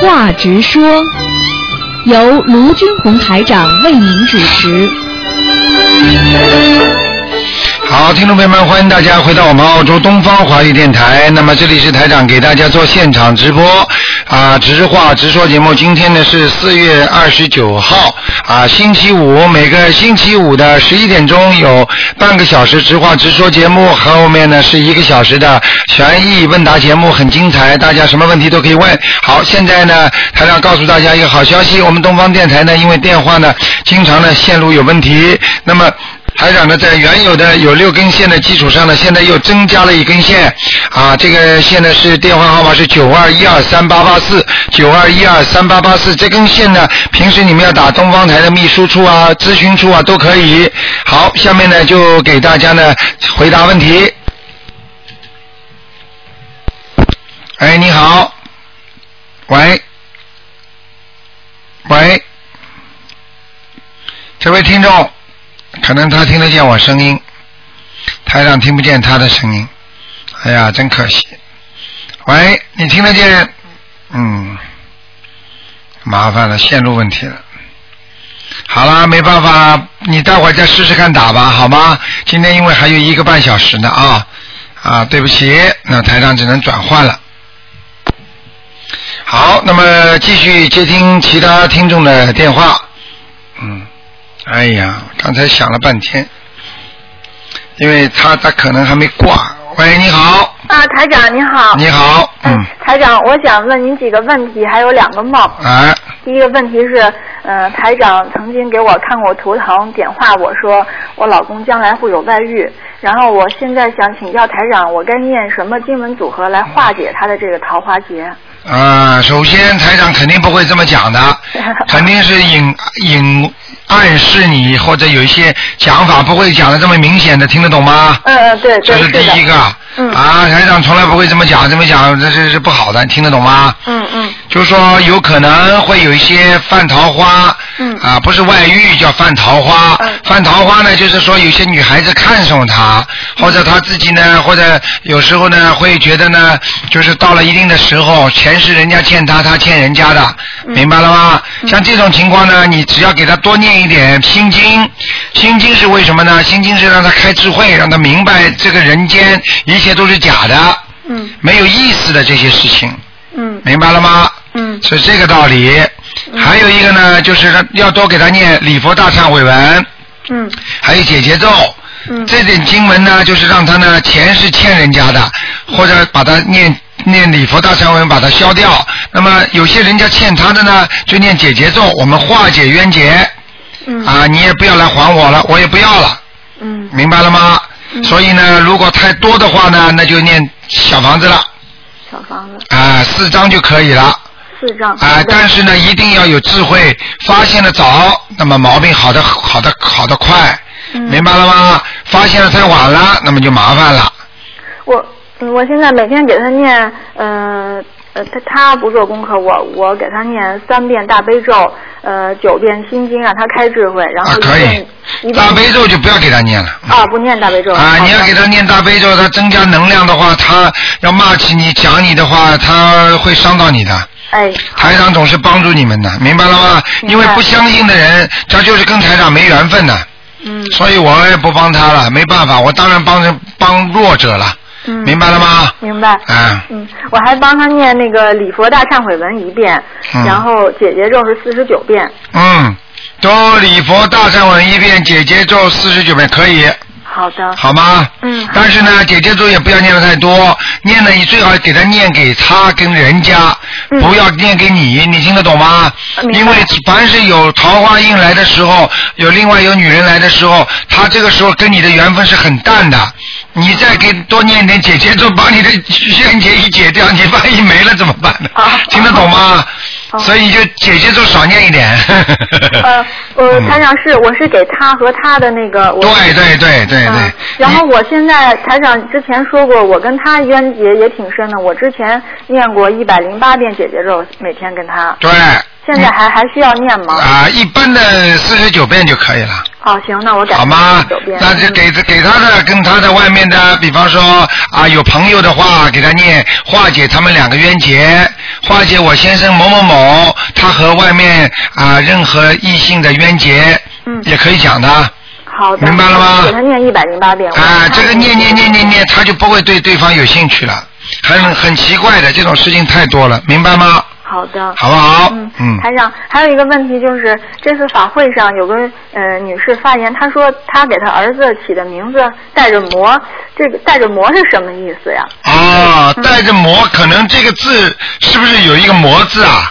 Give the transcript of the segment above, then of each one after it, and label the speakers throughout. Speaker 1: 话直说，由卢军红台长为您主持。
Speaker 2: 好，听众朋友们，欢迎大家回到我们澳洲东方华语电台。那么这里是台长给大家做现场直播啊，直话直说节目。今天呢是四月二十九号啊，星期五，每个星期五的十一点钟有半个小时直话直说节目，后面呢是一个小时的权益问答节目，很精彩，大家什么问题都可以问。好，现在呢，台长告诉大家一个好消息，我们东方电台呢，因为电话呢经常呢线路有问题，那么。台长呢，在原有的有六根线的基础上呢，现在又增加了一根线，啊，这个线呢是电话号码是九二一二三八八四九二一二三八八四，这根线呢，平时你们要打东方台的秘书处啊、咨询处啊都可以。好，下面呢就给大家呢回答问题。哎，你好，喂，喂，这位听众。可能他听得见我声音，台上听不见他的声音。哎呀，真可惜。喂，你听得见？嗯，麻烦了，线路问题了。好啦，没办法，你待会儿再试试看打吧，好吗？今天因为还有一个半小时呢啊啊，对不起，那台上只能转换了。好，那么继续接听其他听众的电话。嗯。哎呀，刚才想了半天，因为他他可能还没挂。喂，你好。
Speaker 3: 啊，哎台长你好。
Speaker 2: 你好。嗯。
Speaker 3: 台长，我想问您几个问题，还有两个梦。
Speaker 2: 哎。
Speaker 3: 第一个问题是，呃，台长曾经给我看过图腾，点化我说我老公将来会有外遇，然后我现在想请教台长，我该念什么经文组合来化解他的这个桃花劫？
Speaker 2: 啊、呃，首先台长肯定不会这么讲的， 肯定是引引暗示你，或者有一些讲法不会讲的这么明显的，听得懂吗？
Speaker 3: 嗯嗯对，
Speaker 2: 这是第一个。
Speaker 3: 嗯。
Speaker 2: 啊，台长从来不会这么讲，这么讲这是是不好的，听得懂吗？
Speaker 3: 嗯嗯。
Speaker 2: 就是说有可能会有一些犯桃花。
Speaker 3: 嗯。
Speaker 2: 啊，不是外遇叫犯桃花。
Speaker 3: 嗯。
Speaker 2: 犯桃花呢，就是说有些女孩子看上他，
Speaker 3: 嗯
Speaker 2: 或者他自己呢，或者有时候呢会觉得呢，就是到了一定的时候前。钱是人家欠他，他欠人家的，
Speaker 3: 嗯
Speaker 2: 明白了吗？像这种情况呢，你只要给他多念一点心经，心经是为什么呢？心经是让他开智慧，让他明白这个人间一切都是假的，
Speaker 3: 嗯，
Speaker 2: 没有意思的这些事情，
Speaker 3: 嗯，
Speaker 2: 明白了吗？
Speaker 3: 嗯，
Speaker 2: 是这个道理。还有一个呢，就是要多给他念礼佛大忏悔文，
Speaker 3: 嗯，
Speaker 2: 还有解结咒。
Speaker 3: 嗯，
Speaker 2: 这点经文呢，就是让他呢钱是欠人家的，
Speaker 3: 嗯
Speaker 2: 或者把他念念礼佛大忏悔文把它消掉。那么有些人家欠他的呢，就念解结咒，我们化解冤结。
Speaker 3: 嗯
Speaker 2: 啊，你也不要来还我了，我也不要了，
Speaker 3: 嗯
Speaker 2: 明白了吗？
Speaker 3: 嗯
Speaker 2: 所以呢，如果太多的话呢，那就念小房子了，
Speaker 3: 小房子
Speaker 2: 啊，四张就可以了。
Speaker 3: 四张。
Speaker 2: 啊，但是呢，一定要有智慧，发现的早，那么毛病好的好的好的快，
Speaker 3: 嗯
Speaker 2: 明白了吗？发现的太晚了，那么就麻烦了。
Speaker 3: 我嗯我现在每天给他念，嗯呃，他他不做功课，我我给他念三遍大悲咒，呃九遍心经，让他开智慧，然
Speaker 2: 啊
Speaker 3: 后，一
Speaker 2: 可
Speaker 3: 遍、
Speaker 2: 以，
Speaker 3: 一遍
Speaker 2: 大悲咒就不要给他念了。
Speaker 3: 啊不念大悲咒
Speaker 2: 啊，
Speaker 3: 好
Speaker 2: 你要
Speaker 3: 的
Speaker 2: 给他念大悲咒，他增加能量的话，他要骂起你、讲你的话，他会伤到你的。
Speaker 3: 哎
Speaker 2: 台长总是帮助你们的，明白了吗？
Speaker 3: 明白
Speaker 2: 因为不相信的人，他就是跟台长没缘分的，
Speaker 3: 嗯
Speaker 2: 所以我也不帮他了，没办法，我当然帮人帮弱者了，
Speaker 3: 嗯
Speaker 2: 明白了吗？
Speaker 3: 明白。
Speaker 2: 啊，
Speaker 3: 嗯，我还帮他念那个礼佛大忏悔文一遍，
Speaker 2: 嗯
Speaker 3: 然后姐姐咒是四十九遍。
Speaker 2: 嗯，都礼佛大忏文一遍，姐姐咒四十九遍可以，
Speaker 3: 好的，
Speaker 2: 好吗？
Speaker 3: 嗯
Speaker 2: 但是呢，姐姐咒也不要念的太多，念呢你最好给他念给他跟人家，
Speaker 3: 嗯啊
Speaker 2: 不要念给你，你听得懂吗？
Speaker 3: 明白
Speaker 2: 因为凡是有桃花运来的时候，有另外有女人来的时候，他这个时候跟你的缘分是很淡的。你再给多念点姐姐咒，把你的冤结一解掉，你万一没了怎么办呢？
Speaker 3: 啊
Speaker 2: 听得懂吗？
Speaker 3: 哦
Speaker 2: 所以你就姐姐咒少念一点。
Speaker 3: 呃，呃，
Speaker 2: 嗯
Speaker 3: 台长是我是给他和他的那个我。
Speaker 2: 对对哎对对对
Speaker 3: 嗯。，然后我现在台长之前说过，我跟他冤结也挺深的。我之前念过一百零八遍姐姐咒，每天跟他。
Speaker 2: 对。嗯
Speaker 3: 现在还还需要念吗？
Speaker 2: 啊啊，一般的四十九遍就可以了。
Speaker 3: 哦，行，那我改
Speaker 2: 好吗
Speaker 3: 左边？
Speaker 2: 那就给给他的跟他的外面的，比方说啊，有朋友的话，给他念化解他们两个冤结，化解我先生某某某他和外面啊任何异性的冤结，
Speaker 3: 嗯
Speaker 2: 也可以讲的。
Speaker 3: 好的，嗯
Speaker 2: 明白了吗
Speaker 3: 给他念一百零八遍。我
Speaker 2: 啊，
Speaker 3: 看
Speaker 2: 这个念念念念念，他就不会对对方有兴趣了，很很奇怪的，这种事情太多了，明白吗？
Speaker 3: 好的。
Speaker 2: 好不好？
Speaker 3: 嗯，台长，还有一个问题就是，这次法会上有个呃女士发言，她说她给她儿子起的名字带着魔，这个带着魔是什么意思呀？
Speaker 2: 啊，
Speaker 3: 嗯
Speaker 2: 带着魔，可能这个字是不是有一个魔字啊？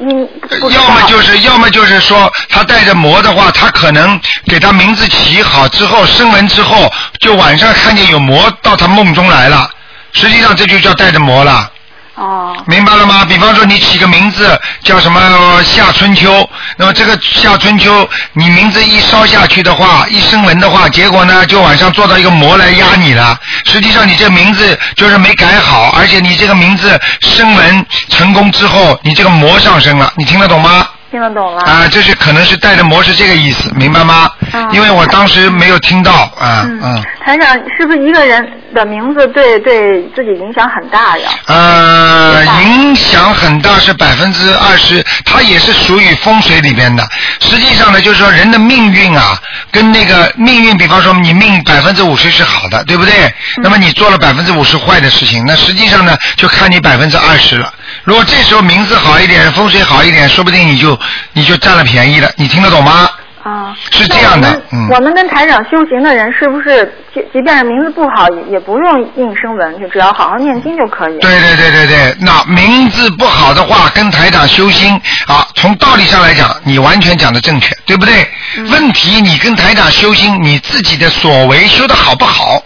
Speaker 3: 嗯，不知道
Speaker 2: 要么就是，要么就是说，他带着魔的话，他可能给他名字起好之后，声纹之后，就晚上看见有魔到他梦中来了，实际上这就叫带着魔了。
Speaker 3: 哦，
Speaker 2: 明白了吗？比方说你起个名字叫什么呃夏春秋，那么这个夏春秋，你名字一烧下去的话，一声纹的话，结果呢就晚上做到一个魔来压你了。实际上你这名字就是没改好，而且你这个名字声纹成功之后，你这个魔上升了，你听得懂吗？
Speaker 3: 听得懂了。
Speaker 2: 啊，这是可能是带着魔是这个意思，明白吗
Speaker 3: 啊？
Speaker 2: 因为我当时没有听到啊，嗯
Speaker 3: 嗯，台长，是不是一个人的名字对对自己影响很大呀？
Speaker 2: 呃
Speaker 3: 明，白
Speaker 2: 影响很大是百分之二十，它也是属于风水里边的。实际上呢，就是说人的命运啊，跟那个命运，比方说你命百分之五十是好的，对不对？
Speaker 3: 嗯
Speaker 2: 那么你做了百分之五十坏的事情，那实际上呢，就看你百分之二十了。如果这时候名字好一点，风水好一点，说不定你就你就占了便宜了。你听得懂吗？
Speaker 3: 啊，
Speaker 2: 是这样的
Speaker 3: 那我
Speaker 2: 嗯
Speaker 3: 们我们跟台长修行的人，是不是即即便是名字不好，也也不用印声纹，就只要好好念经就可以？
Speaker 2: 对对对对对，那名字不好的话，跟台长修心啊，从道理上来讲，你完全讲的正确，对不对？问题你跟台长修心，你自己的所为修的好不好，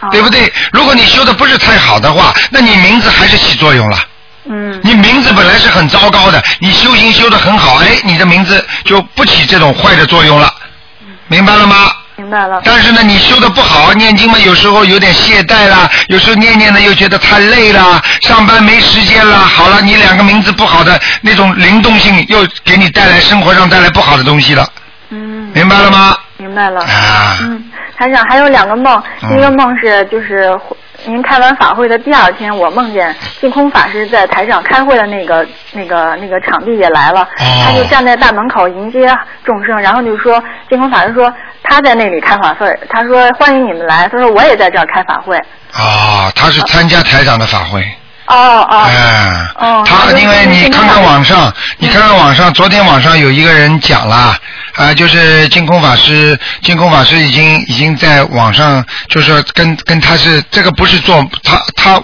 Speaker 3: 啊
Speaker 2: 对不？对？如果你修的不是太好的话，那你名字还是起作用了。
Speaker 3: 嗯，
Speaker 2: 你名字本来是很糟糕的，你修行修的很好，哎，你的名字就不起这种坏的作用了，明白了吗？
Speaker 3: 明白了。
Speaker 2: 但是呢，你修的不好，念经嘛，有时候有点懈怠啦，有时候念念的又觉得太累啦，上班没时间啦。好了，你两个名字不好的那种灵动性，又给你带来生活上带来不好的东西了，
Speaker 3: 嗯，
Speaker 2: 明白了吗？
Speaker 3: 明白了。
Speaker 2: 啊，
Speaker 3: 嗯，台长还有两个梦，
Speaker 2: 嗯
Speaker 3: 一个梦是就是您开完法会的第二天，我梦见净空法师在台长开会的那个那个那个场地也来了，
Speaker 2: 哦
Speaker 3: 他就站在大门口迎接众生，然后就说净空法师说他在那里开法会，他说欢迎你们来，他说我也在这儿开法会，
Speaker 2: 啊，他是参加台长的法会。
Speaker 3: 哦哦，
Speaker 2: 哎，
Speaker 3: 哦
Speaker 2: 他
Speaker 3: 那就
Speaker 2: 因为
Speaker 3: 是
Speaker 2: 你
Speaker 3: 净空
Speaker 2: 看看
Speaker 3: 法
Speaker 2: 网上，你看看网上，昨天网上有一个人讲了，啊、就是净空法师，净空法师已经已经在网上，就是说跟跟他是这个不是做他他，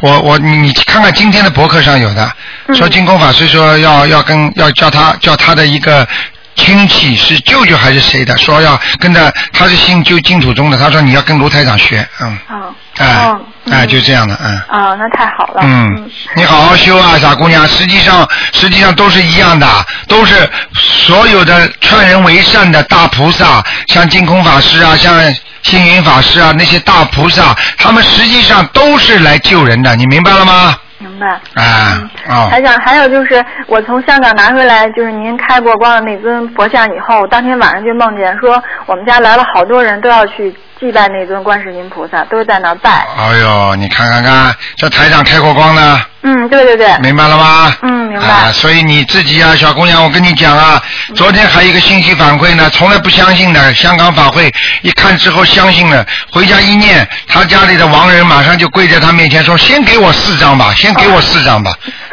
Speaker 2: 我我你你看看今天的博客上有的，
Speaker 3: 嗯
Speaker 2: 说净空法师说要要跟要叫他叫他的一个。亲戚是舅舅还是谁的？说要跟着，他是信就净土宗的。他说你要跟卢台长学，嗯，
Speaker 3: 哦
Speaker 2: 哎、
Speaker 3: 哦
Speaker 2: 哎、
Speaker 3: 嗯
Speaker 2: 就这样的，嗯。
Speaker 3: 啊，那太好了，
Speaker 2: 嗯，你好好修啊，傻姑娘。实际上，实际上都是一样的，都是所有的劝人为善的大菩萨，像净空法师啊，像星云法师啊，那些大菩萨，他们实际上都是来救人的，你明白了吗？
Speaker 3: 明白。
Speaker 2: 啊，哦
Speaker 3: 台，长，嗯还有就是我从香港拿回来，就是您开过光的那尊佛像以后，当天晚上就梦见说我们家来了好多人都要去祭拜那尊观世音菩萨，都是在那儿拜。
Speaker 2: 哎呦，你看看看，这台长开过光呢。
Speaker 3: 嗯，对对对，
Speaker 2: 明白了吗？
Speaker 3: 嗯明白嗯
Speaker 2: 啊，所以你自己啊，小姑娘，我跟你讲啊，昨天还有一个信息反馈呢，从来不相信的，香港法会一看之后相信了，回家一念，他家里的亡人马上就跪在他面前说：“先给我四张吧，先给我四张吧。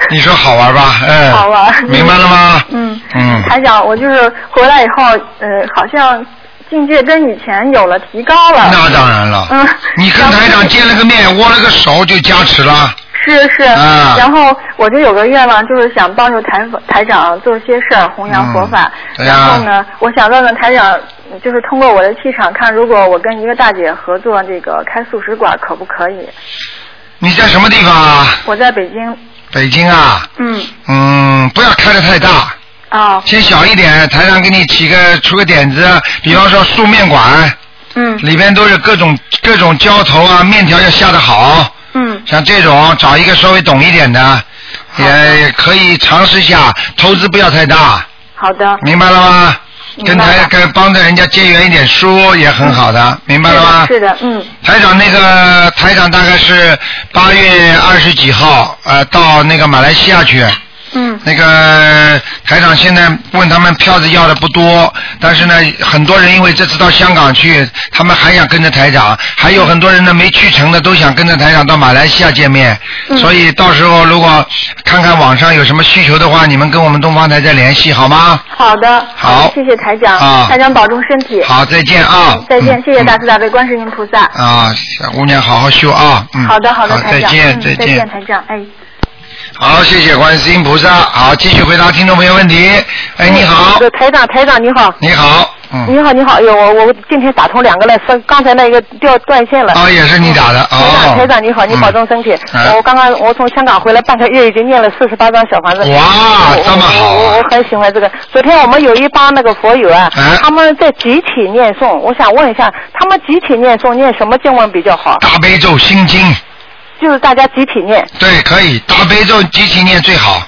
Speaker 2: 你说好玩吧？嗯，
Speaker 3: 哦好玩
Speaker 2: 明白了吗？
Speaker 3: 嗯
Speaker 2: 嗯，
Speaker 3: 台长，我就是回来以后，呃，好像境界跟以前有了提高了。
Speaker 2: 那当然了，
Speaker 3: 嗯
Speaker 2: 你跟台长见了个面，握了个手就加持了。
Speaker 3: 是是，
Speaker 2: 啊
Speaker 3: 然后我就有个愿望，就是想帮助台台长做些事儿，弘扬佛法。
Speaker 2: 嗯对呀
Speaker 3: 然后呢，我想问问台长，就是通过我的气场看，如果我跟一个大姐合作这个开素食馆，可不可以？
Speaker 2: 你在什么地方啊？
Speaker 3: 我在北京，
Speaker 2: 北京啊？
Speaker 3: 嗯，
Speaker 2: 嗯，不要开的太大。
Speaker 3: 哦，
Speaker 2: 先小一点，台上给你起个出个点子，比方说素面馆，
Speaker 3: 嗯
Speaker 2: 里边都是各种各种浇头啊，面条要下的好，
Speaker 3: 嗯，
Speaker 2: 像这种找一个稍微懂一点的，也可以尝试一下，投资不要太大，
Speaker 3: 好的，
Speaker 2: 明白了吗？跟台跟帮着人家结缘一点书也很好的，明白了吗？
Speaker 4: 是的，嗯，
Speaker 2: 台长那个台长大概是八月二十几号，呃，到那个马来西亚去。
Speaker 4: 嗯。
Speaker 2: 那个台长现在问他们票子要的不多，但是呢，很多人因为这次到香港去，他们还想跟着台长，还有很多人呢没去成的都想跟着台长到马来西亚见面。
Speaker 4: 嗯
Speaker 2: 所以到时候如果看看网上有什么需求的话，你们跟我们东方台再联系好吗？
Speaker 4: 好的，
Speaker 2: 好
Speaker 4: 谢谢台长，
Speaker 2: 啊
Speaker 4: 台长保重身体，
Speaker 2: 好，再见啊！
Speaker 4: 再见
Speaker 2: 嗯，
Speaker 4: 谢谢大慈大悲观世音菩萨。
Speaker 2: 啊，小姑娘，好好修啊！嗯，
Speaker 4: 好的，好的，台
Speaker 2: 再
Speaker 4: 长，
Speaker 2: 见，
Speaker 4: 嗯再见，
Speaker 2: 见。
Speaker 4: 台长，哎，
Speaker 2: 好，谢谢观世音菩萨。好，继续回答听众朋友问题。哎，你好，
Speaker 3: 呃台长，台长你好。
Speaker 2: 你好，嗯，
Speaker 3: 你好，你好，哎呦，我我今天打通两个了，分刚才那个掉断线了。
Speaker 2: 哦，也是你打的
Speaker 3: 嗯台长，
Speaker 2: 哦。
Speaker 3: 台长你好，你保重身体。
Speaker 2: 嗯
Speaker 3: 我刚刚我从香港回来半个月，已经念了四十八张小房子。
Speaker 2: 哇
Speaker 3: 我
Speaker 2: 这么好啊
Speaker 3: 我我我很喜欢这个。昨天我们有一帮那个佛友啊，
Speaker 2: 哎
Speaker 3: 他们在集体念诵，我想问一下，他们集体念诵念什么经文比较好？
Speaker 2: 大悲咒心经，
Speaker 3: 就是大家集体念
Speaker 2: 对，可以，大悲咒集体念最好。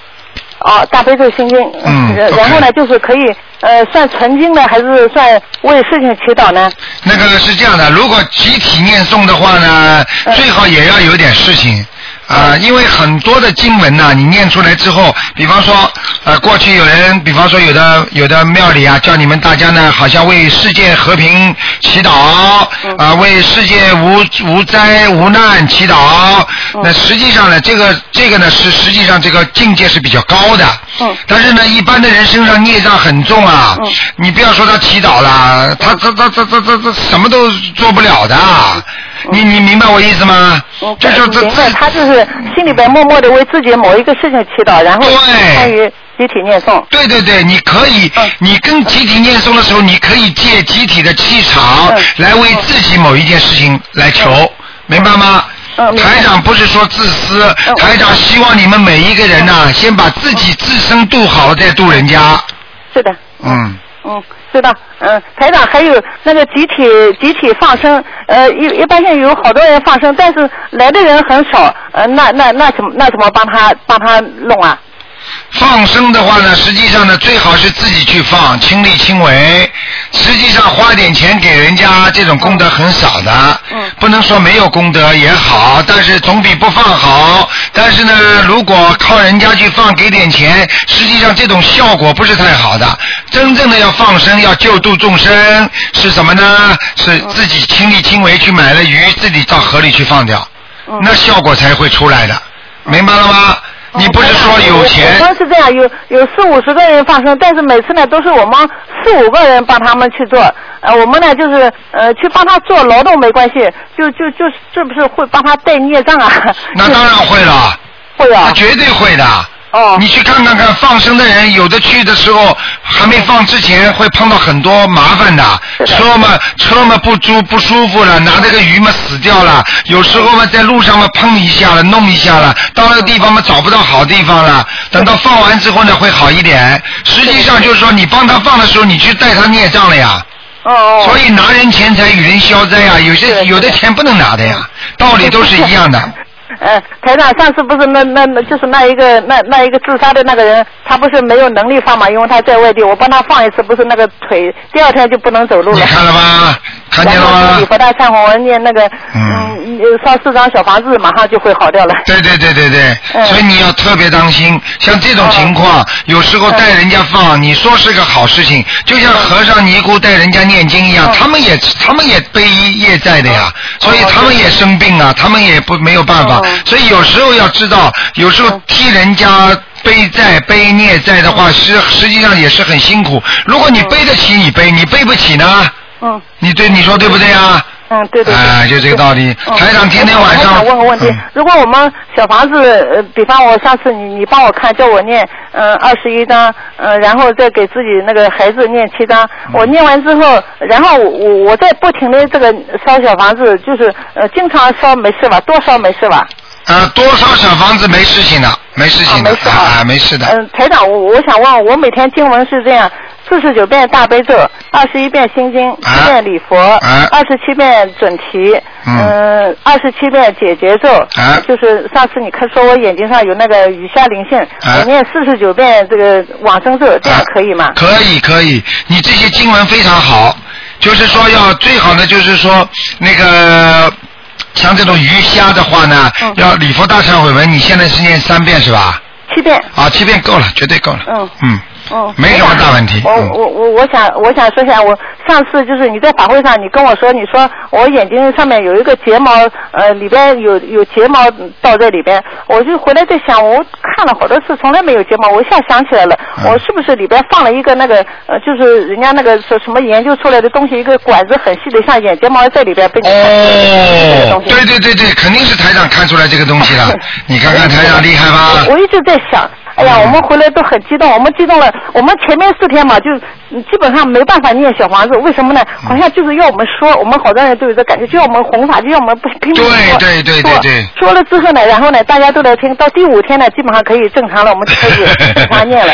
Speaker 3: 哦，大悲咒心经。呃
Speaker 2: 嗯
Speaker 3: 然然后呢，就是可以呃算存经呢，还是算为事情祈祷呢？
Speaker 2: 那个是这样的，如果集体念诵的话呢，
Speaker 3: 嗯
Speaker 2: 最好也要有点事情。啊、因为很多的经文呐、你念出来之后，比方说，呃，过去有人，比方说有的有的庙里啊，叫你们大家呢，好像为世界和平祈祷，啊、
Speaker 3: 嗯
Speaker 2: 为世界无无灾无难祈祷。
Speaker 3: 嗯
Speaker 2: 那实际上呢，这个这个呢是实际上这个境界是比较高的。
Speaker 3: 嗯
Speaker 2: 但是呢，一般的人身上孽障很重啊，
Speaker 3: 嗯
Speaker 2: 你不要说他祈祷啦，他他他他他他他什么都做不了的，啊你你明白我意思吗？
Speaker 3: 嗯
Speaker 2: 就，是这
Speaker 3: 明白，
Speaker 2: 这
Speaker 3: 他就是心里边默默的为自己某一个事情祈祷，然后
Speaker 2: 对
Speaker 3: 参与集体念诵。
Speaker 2: 对对对，你可以
Speaker 3: 嗯，
Speaker 2: 你跟集体念诵的时候，你可以借集体的气场
Speaker 3: 嗯
Speaker 2: 来为自己某一件事情来求，明白吗？
Speaker 3: 嗯明白
Speaker 2: 台长不是说自私，
Speaker 3: 嗯
Speaker 2: 台长希望你们每一个人呐、先把自己自身度好了，再度人家。
Speaker 3: 是的，
Speaker 2: 嗯，
Speaker 3: 嗯，是的，嗯，台长还有那个集体集体放生，呃，一一般性有好多人放生，但是来的人很少，呃，那那那怎么那怎么帮他帮他弄啊？
Speaker 2: 放生的话呢，实际上呢，最好是自己去放，亲力亲为。实际上花点钱给人家，这种功德很少的。
Speaker 3: 嗯
Speaker 2: 不能说没有功德也好，但是总比不放好。但是呢，如果靠人家去放，给点钱，实际上这种效果不是太好的。真正的要放生，要救度众生，是什么呢？是自己亲力亲为去买了鱼，自己到河里去放掉，
Speaker 3: 嗯哦
Speaker 2: 那效果才会出来的，明白了吗？你不是说有钱？
Speaker 3: 我我们是这样，有有四五十个人放生，但是每次呢都是我们四五个人帮他们去做，呃，我们呢就是呃去帮他做劳动没关系，就就就是是不是会帮他带孽障啊？
Speaker 2: 那当然会了，
Speaker 3: 会
Speaker 2: 那
Speaker 3: 啊，
Speaker 2: 绝对会的。
Speaker 3: 哦
Speaker 2: 你，去看看看，放生的人有的去的时候还没放之前会碰到很多麻烦的，
Speaker 3: 是的
Speaker 2: 车嘛车嘛不舒不舒服了，拿这个鱼嘛死掉了，有时候嘛在路上嘛碰一下了，弄一下了，到那个地方嘛找不到好地方了，等到放完之后呢会好一点。实际上就是说你帮他放的时候，你去带他孽障了呀。
Speaker 3: 哦哦，
Speaker 2: 所以拿人钱财与人消灾呀，有些
Speaker 3: 对
Speaker 2: 有的钱不能拿的呀，道理都是一样的。
Speaker 3: 呃，台长上次不是那那那就是那一个那那一个自杀的那个人，他不是没有能力放嘛，因为他在外地，我帮他放一次，不是那个腿第二天就不能走路
Speaker 2: 你
Speaker 3: 了。
Speaker 2: 看了 吧？看见
Speaker 3: 然
Speaker 2: 了
Speaker 3: 后就是
Speaker 2: 吗
Speaker 3: 礼？佛大忏悔文念那个，
Speaker 2: 嗯
Speaker 3: 嗯，烧四张小房子，马上就会好掉了。
Speaker 2: 对对对对对，
Speaker 3: 嗯哦
Speaker 2: 所以你要特别当心，像这种情况，有时候带人家放，
Speaker 3: 嗯
Speaker 2: 你说是个好事情，就像和尚尼姑带人家念经一样，
Speaker 3: 嗯
Speaker 2: 他们也他们也背业债的呀，所以他们也生病
Speaker 3: 嗯
Speaker 2: 啊，他们也不没有办法
Speaker 3: 哦，
Speaker 2: 所以有时候要知道，有时
Speaker 3: 嗯
Speaker 2: 候替人家。背债背孽债的话，实实际上也是很辛苦。如果你背得起，你背；你背不起呢，
Speaker 3: 嗯
Speaker 2: 你对你说对不对啊？
Speaker 3: 嗯，对对对。
Speaker 2: 哎就这个道理
Speaker 3: 嗯
Speaker 2: 台长天天晚上
Speaker 3: 我想问个问题
Speaker 2: 嗯，
Speaker 3: 如果我们小房子，呃比方我上次你你帮我看，叫我念，嗯，二十一章，嗯，然后再给自己那个孩子念七章，
Speaker 2: 嗯
Speaker 3: 我念完之后，然后我我我再不停的这个烧小房子，就是呃，经常烧没事吧，多烧没事吧。
Speaker 2: 呃，多少小房子没事情的，没事情的
Speaker 3: 啊没事
Speaker 2: 啊
Speaker 3: 啊
Speaker 2: 啊，没事的。
Speaker 3: 嗯，台长，我我想问，我每天经文是这样，四四十九遍大悲咒，二十一遍心经，七遍礼佛，
Speaker 2: 啊
Speaker 3: 二十七遍准提，嗯，二十七遍解结咒，
Speaker 2: 啊
Speaker 3: 就是上次你看说我眼睛上有那个雨下灵性，
Speaker 2: 啊
Speaker 3: 我念四十九遍这个往生咒，这样可以吗？
Speaker 2: 可以可以，你这些经文非常好，就是说要最好的就是说那个。像这种鱼虾的话呢，
Speaker 3: 嗯
Speaker 2: 要礼佛大忏悔文，你现在是念三遍是吧？
Speaker 3: 七遍，
Speaker 2: 啊，七遍够了，绝对够了。
Speaker 3: 嗯
Speaker 2: 嗯，
Speaker 3: 嗯，
Speaker 2: 没什么大问题
Speaker 3: 我
Speaker 2: 嗯
Speaker 3: 我我我想我想说一下，我上次就是你在法会上，你跟我说，你说我眼睛上面有一个睫毛，呃，里边有有睫毛到这里边，我就回来在想，我看了好多次，从来没有睫毛，我一下想起来了，
Speaker 2: 嗯
Speaker 3: 我是不是里边放了一个那个呃，就是人家那个什什么研究出来的东西，一个管子很细的，像眼睫毛在里边被你看见这个
Speaker 2: 哦
Speaker 3: 东，西
Speaker 2: 对对对对，肯定是台长看出来这个东西 了。你看看台长厉害吧？
Speaker 3: 我我一直在想，哎呀，
Speaker 2: 啊嗯
Speaker 3: 我们回来都很激动，我们激动了，我们前面四天嘛，就嗯基本上没办法念小房子，为什么呢？
Speaker 2: 嗯
Speaker 3: 好像就是要我们说，我们好多人都有这感觉，就要我们弘法，就要我们不拼命地说。
Speaker 2: 对对对对
Speaker 3: 说
Speaker 2: 对
Speaker 3: 说了之后呢，然后呢，大家都来听，到第五天呢，基本上可以正常了，我们就开 始正常念了。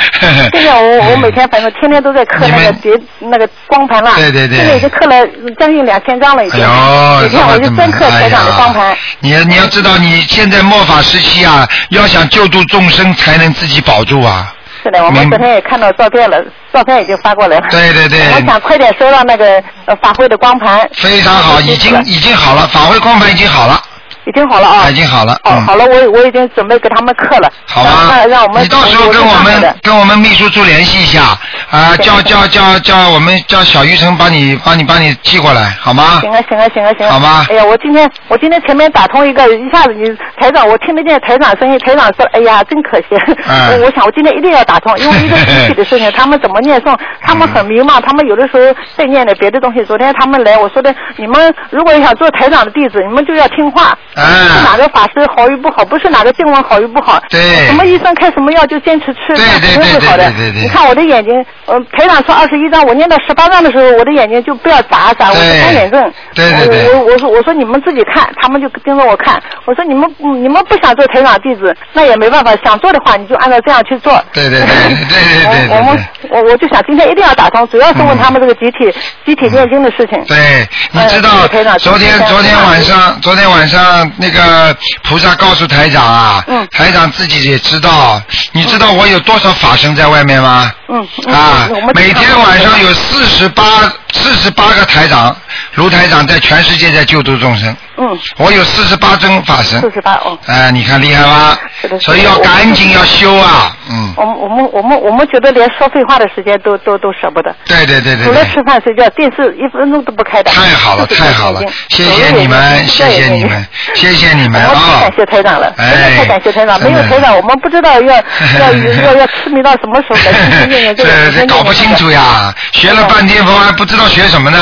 Speaker 3: 现在我我每天反正天天都在刻
Speaker 2: 你
Speaker 3: 那
Speaker 2: 们
Speaker 3: 个碟那个光盘了，
Speaker 2: 对对对
Speaker 3: 现在已经刻了将近两千张了，已
Speaker 2: 哎
Speaker 3: 经。
Speaker 2: 呦，
Speaker 3: 每天我就专刻台长的光
Speaker 2: 哎
Speaker 3: 盘
Speaker 2: 呀。你你要知道，你现在末法时期啊，要想救度众生，才能自己保住啊。
Speaker 3: 是的，我们
Speaker 2: 明
Speaker 3: 昨天也看到照片了，照片已经发过来了。
Speaker 2: 对对对
Speaker 3: 啊我想快点收到那个呃法会的光盘，
Speaker 2: 非常好，已经已经好了，法会光盘已经好了，
Speaker 3: 已经好了啊。
Speaker 2: 已经好了。
Speaker 3: 哦，
Speaker 2: 嗯
Speaker 3: 好了，我我已经准备给他们刻了。
Speaker 2: 好吧
Speaker 3: 吧。让我们
Speaker 2: 你到时候跟我
Speaker 3: 看看
Speaker 2: 们
Speaker 3: 的
Speaker 2: 跟我们秘书处联系一下啊，
Speaker 3: 行
Speaker 2: 叫
Speaker 3: 行
Speaker 2: 叫叫叫我们叫小鱼晨把你把你把你寄过来，好吗？
Speaker 3: 行啊，行啊，行啊，行啊！
Speaker 2: 好吧
Speaker 3: 哎呀，我今天我今天前面打通一个，一下子你台长，我听得见台长声音，台长说，哎呀，真可惜。
Speaker 2: 嗯
Speaker 3: 我我想我今天一定要打通，因为一个亲戚的 事情，他们怎么念诵，他们很迷
Speaker 2: 嗯
Speaker 3: 茫，他们有的时候在念点别的东西。昨天他们来，我说的，你们如果想做台长的弟子，你们就要听话，
Speaker 2: 嗯
Speaker 3: 不是哪个法师好与不好，不是哪个经文好与不好，
Speaker 2: 对
Speaker 3: 什么医生开什么药就坚持吃，
Speaker 2: 对
Speaker 3: 那
Speaker 2: 对
Speaker 3: 肯
Speaker 2: 对对
Speaker 3: 定会好的。
Speaker 2: 对对对
Speaker 3: 你看我的眼睛，嗯，台长说二十一章，我念到十八章的时候，我的眼睛就不要眨眨。我
Speaker 2: 对
Speaker 3: 是干眼症。
Speaker 2: 对对对
Speaker 3: 我我我说我说你们自己看，他们就盯着我看。我说你们嗯你们不想做台长弟子，那也没办法，想做的话你就按照这样去做。
Speaker 2: 对对对对对对对
Speaker 3: 我我们我我就想今天一定要打通，主要是问他们这个集
Speaker 2: 嗯
Speaker 3: 体、集体念经的事情。
Speaker 2: 对，你
Speaker 3: 哎
Speaker 2: 知道
Speaker 3: 台长
Speaker 2: 昨天
Speaker 3: 台长
Speaker 2: 昨天晚上昨天晚上那个菩萨告诉台长啊，
Speaker 3: 嗯
Speaker 2: 台长自己也知道，你知道我有多少法身在外面吗？
Speaker 3: 嗯嗯
Speaker 2: 啊
Speaker 3: 我们，
Speaker 2: 每天晚上有四十八四十八个台长，卢台长在全世界在救度众生，
Speaker 3: 嗯
Speaker 2: 我有四十八尊法身
Speaker 3: 四，十八哦。
Speaker 2: 哎、你看厉害吧
Speaker 3: 是的是？的
Speaker 2: 所以要赶紧要修啊，嗯，
Speaker 3: 我们我们我们我们觉得连说废话的时间都都都舍不得。
Speaker 2: 对对对对
Speaker 3: 除了
Speaker 2: 对。
Speaker 3: 吃饭睡觉，电视一分钟都不开的。
Speaker 2: 太好了，
Speaker 3: 就是
Speaker 2: 太好了
Speaker 3: 眼睛，
Speaker 2: 谢谢你们，谢谢你。
Speaker 3: 眼睛
Speaker 2: 们，谢谢你们
Speaker 3: 我太
Speaker 2: 啊
Speaker 3: 感！谢台长了，真
Speaker 2: 哎
Speaker 3: 的太感谢台长，
Speaker 2: 真
Speaker 3: 没
Speaker 2: 的
Speaker 3: 有台长，我们不知道要要要要痴迷到什 么时候才去念念这个，
Speaker 2: 这这搞不清楚。呀，学了半天佛还不知道学什么呢。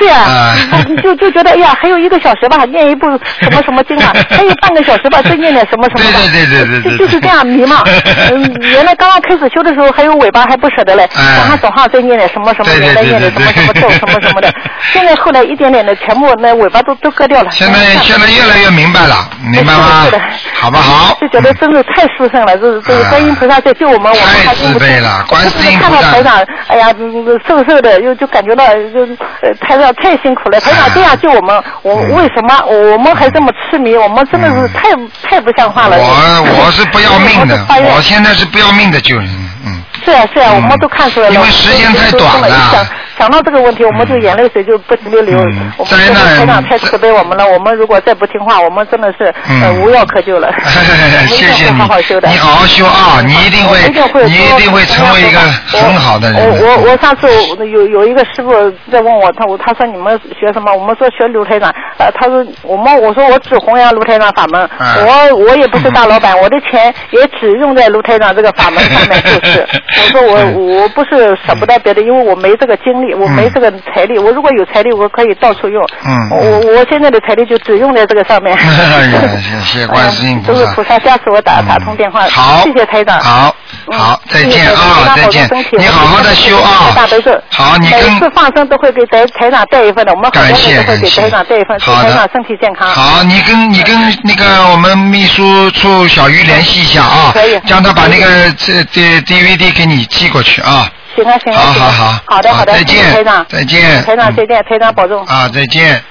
Speaker 3: 是呀、
Speaker 2: 啊
Speaker 3: 你 就就觉得哎呀，还有一个小时吧，念一部什么什么经 吧，还有半个小时吧，再念点什么什么吧。
Speaker 2: 对对对对对对
Speaker 3: 就就是这样迷 茫。嗯，原来刚刚开始修的时候还有尾巴还不舍得嘞，
Speaker 2: 哎
Speaker 3: 早上早上再念点什么什么，
Speaker 2: 对对
Speaker 3: 原来念点什么什么
Speaker 2: 对
Speaker 3: 咒
Speaker 2: 对对
Speaker 3: 什么什 么的，现在后来一点点的全部那尾巴都都割掉了。哎
Speaker 2: 现在现在越来越明白了，明白吗
Speaker 3: 是的，？
Speaker 2: 好不好？
Speaker 3: 就觉得真是太殊胜了，这这个
Speaker 2: 啊
Speaker 3: 观音菩萨在救我们，我们
Speaker 2: 太
Speaker 3: 还听
Speaker 2: 慈
Speaker 3: 不
Speaker 2: 悲
Speaker 3: 清
Speaker 2: 了
Speaker 3: 我
Speaker 2: 观
Speaker 3: 就
Speaker 2: 世
Speaker 3: 是
Speaker 2: 音
Speaker 3: 看
Speaker 2: 菩
Speaker 3: 到
Speaker 2: 萨
Speaker 3: 台长，哎呀，嗯瘦瘦的，又就感觉到就是呃台长太辛苦了，台
Speaker 2: 啊
Speaker 3: 长这样救我 们，我
Speaker 2: 嗯
Speaker 3: 为什么我们还这么痴迷？我们真的是
Speaker 2: 嗯
Speaker 3: 太太不像话了。
Speaker 2: 我我是不要命的
Speaker 3: 我是发，愿
Speaker 2: 我现在是不要命的救人， 嗯，
Speaker 3: 是啊是啊，
Speaker 2: 嗯
Speaker 3: 我们都看出来了。
Speaker 2: 因为时间太短了
Speaker 3: 一想想到这个问题，我们就眼泪水就不停的流。
Speaker 2: 嗯
Speaker 3: 我们
Speaker 2: 灾
Speaker 3: 真的
Speaker 2: 难
Speaker 3: 台长太慈悲我们了，我们如果再不听话，我们真的是、呃
Speaker 2: 嗯
Speaker 3: 无药可救 了。我们一定
Speaker 2: 谢谢
Speaker 3: 会
Speaker 2: 你
Speaker 3: 好好修，的。
Speaker 2: 你好好修啊，你一定
Speaker 3: 我
Speaker 2: 会
Speaker 3: 一定会，
Speaker 2: 你一定会成为一个很好的人
Speaker 3: 我
Speaker 2: 的。
Speaker 3: 我我上次我有有一个师傅在问我，他我他说你们学什么？我们说学卢台长，呃，他说我们我说我只弘扬卢台长法门，
Speaker 2: 啊
Speaker 3: 我我也不是大老板，我的钱也只用在卢台长这个法门上 面，就是。我说我
Speaker 2: 嗯
Speaker 3: 我不是舍不得别的，因为我没这个精力，我没这个财力。我如果有财力，我可以到处用。
Speaker 2: 嗯
Speaker 3: 我我现在的财力就只用在这个上 面。哎
Speaker 2: 哎呀谢谢观世音菩萨
Speaker 3: 都是菩萨加持我打
Speaker 2: 嗯
Speaker 3: 打通电话。
Speaker 2: 好，
Speaker 3: 谢谢台长。
Speaker 2: 好，好，
Speaker 3: 嗯
Speaker 2: 再
Speaker 3: 谢谢
Speaker 2: 见啊，再
Speaker 3: 台长
Speaker 2: 见
Speaker 3: 保重身体，
Speaker 2: 你好好的修啊
Speaker 3: 我们大悲咒。。
Speaker 2: 好，啊你
Speaker 3: 每次
Speaker 2: 跟
Speaker 3: 放生都会给台台长带一份的，我们很
Speaker 2: 感
Speaker 3: 多人
Speaker 2: 谢
Speaker 3: 都会
Speaker 2: 感
Speaker 3: 给
Speaker 2: 谢
Speaker 3: 台长带一份，祝
Speaker 2: 好的
Speaker 3: 台长身体健康。
Speaker 2: 好，你跟你跟那个我们秘书处小鱼联系一下啊
Speaker 3: 可以，
Speaker 2: 让他把那个这这 DVD 给你寄过去啊。
Speaker 3: 行啊行啊，
Speaker 2: 好
Speaker 3: 行
Speaker 2: 好
Speaker 3: 啊
Speaker 2: 好
Speaker 3: 好的
Speaker 2: 好
Speaker 3: 好的，
Speaker 2: 再见
Speaker 3: 谢谢台长，
Speaker 2: 再见
Speaker 3: 台长
Speaker 2: 嗯
Speaker 3: 再见，台长保重。
Speaker 2: 啊，再见。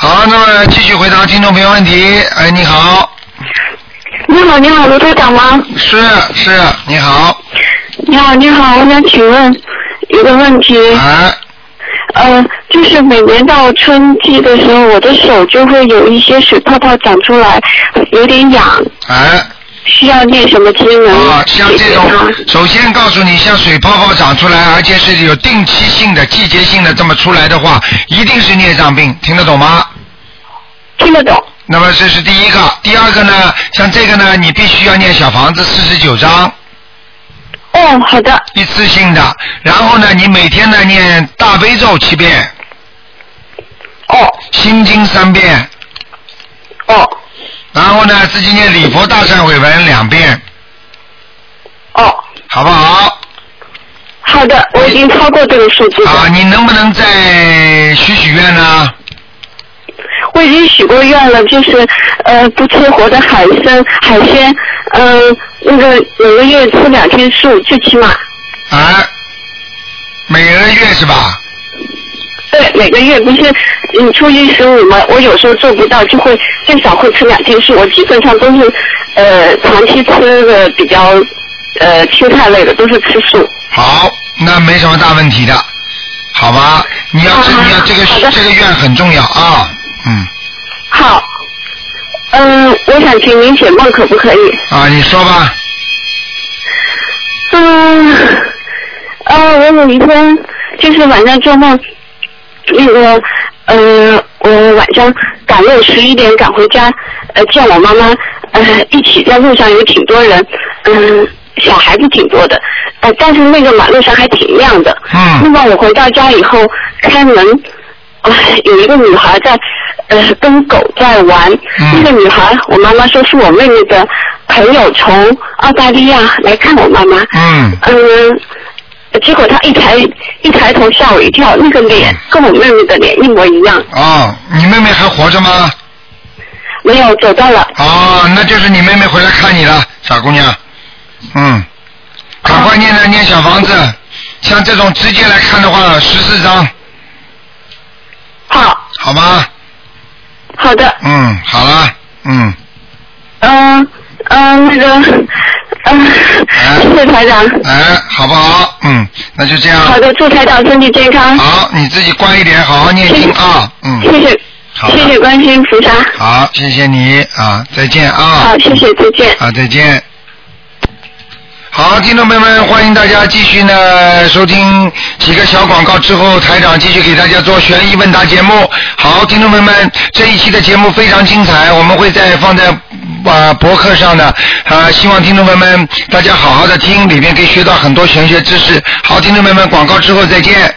Speaker 2: 好，那么继续回答听众朋友问题。哎，你好，
Speaker 5: 你好，你好，卢台长吗？
Speaker 2: 是是，你好，
Speaker 5: 你好，你好，我想请问一个问题，
Speaker 3: 嗯
Speaker 2: 哎，
Speaker 5: 呃，就是每年到春季的时候，我的手就会有一些水泡泡长出来，有点痒，
Speaker 2: 哎，
Speaker 5: 需要念什么经文？
Speaker 2: 啊，像这
Speaker 5: 啊
Speaker 2: 种，首先告诉你，像水泡泡长出来，而且是有定期性的、季节性的这么出来的话，一定是孽障病，听得懂吗？
Speaker 5: 听得懂？
Speaker 2: 那么这是第一个，第二个呢，像这个呢，你必须要念小房子四十九章，
Speaker 5: 哦，好的，
Speaker 2: 一次性的，然后呢，你每天呢念大悲咒七遍，
Speaker 5: 哦
Speaker 2: 心经三遍，
Speaker 5: 哦
Speaker 2: 然后呢自己念礼佛大忏悔文两遍，
Speaker 5: 哦，
Speaker 2: 好不好？
Speaker 5: 好的，我已经超过这个数字了，
Speaker 2: 啊，你能不能再许许愿呢？
Speaker 5: 我已经许过愿了，就是呃不吃活的海参海鲜，呃那个每个月吃两天素，最起码。
Speaker 2: 啊，每个月是吧？
Speaker 5: 对，每个月不是嗯初一十五嘛，我有时候做不到，就会最少会吃两天素。我基本上都是呃长期吃的比较呃青菜类的，都是吃素。
Speaker 2: 好，那没什么大问题的，好吧？你要这
Speaker 5: 啊
Speaker 2: 你要这个
Speaker 5: 好的
Speaker 2: 这个愿很重要啊，嗯
Speaker 5: 好，嗯，我想请您解梦，可不可以？
Speaker 2: 啊，你说吧，
Speaker 5: 嗯，呃，我有一天就是晚上做梦，那个，呃，我晚上赶路十一点赶回家，呃，见我妈妈，呃，一起在路上有挺多人，嗯、小孩子挺多的，呃，但是那个马路上还挺亮的。
Speaker 2: 嗯
Speaker 5: 那么我回到家以后，开门，啊、有一个女孩在，呃，跟狗在玩。
Speaker 2: 嗯
Speaker 5: 那个女孩，我妈妈说是我妹妹的朋友从澳大利亚来看我妈妈。
Speaker 2: 嗯
Speaker 5: 嗯，结果他一抬一抬头吓我一跳，那个
Speaker 2: 嗯
Speaker 5: 脸跟我妹妹的脸一模一样，
Speaker 2: 哦，你妹妹还活着吗？
Speaker 5: 没有走到了。
Speaker 2: 哦，那就是你妹妹回来看你了，傻姑娘。嗯，赶快念念念小房子，像这种直接来看的话，十四张，
Speaker 5: 好，
Speaker 2: 好吗？
Speaker 5: 好的，
Speaker 2: 嗯，好了，嗯，
Speaker 5: 嗯、嗯、那个，嗯、谢谢台长。
Speaker 2: 哎，好不好？嗯，那就这样。
Speaker 5: 好的，祝台长身体健康。
Speaker 2: 好，你自己乖一点，好好念经啊。嗯，
Speaker 5: 谢谢，
Speaker 2: 好
Speaker 5: 谢谢观世音菩萨。
Speaker 2: 好，谢谢你啊，再见啊。
Speaker 5: 好，谢谢，再见。
Speaker 2: 好，再见。好，听众朋友们，欢迎大家继续呢收听几个小广告之后，台长继续给大家做悬疑问答节目。好，听众朋友们，这一期的节目非常精彩，我们会在放在啊、博客上的啊、希望听众朋友们大家好好的听，里面可以学到很多玄学知识。好，听众朋友们，广告之后再见。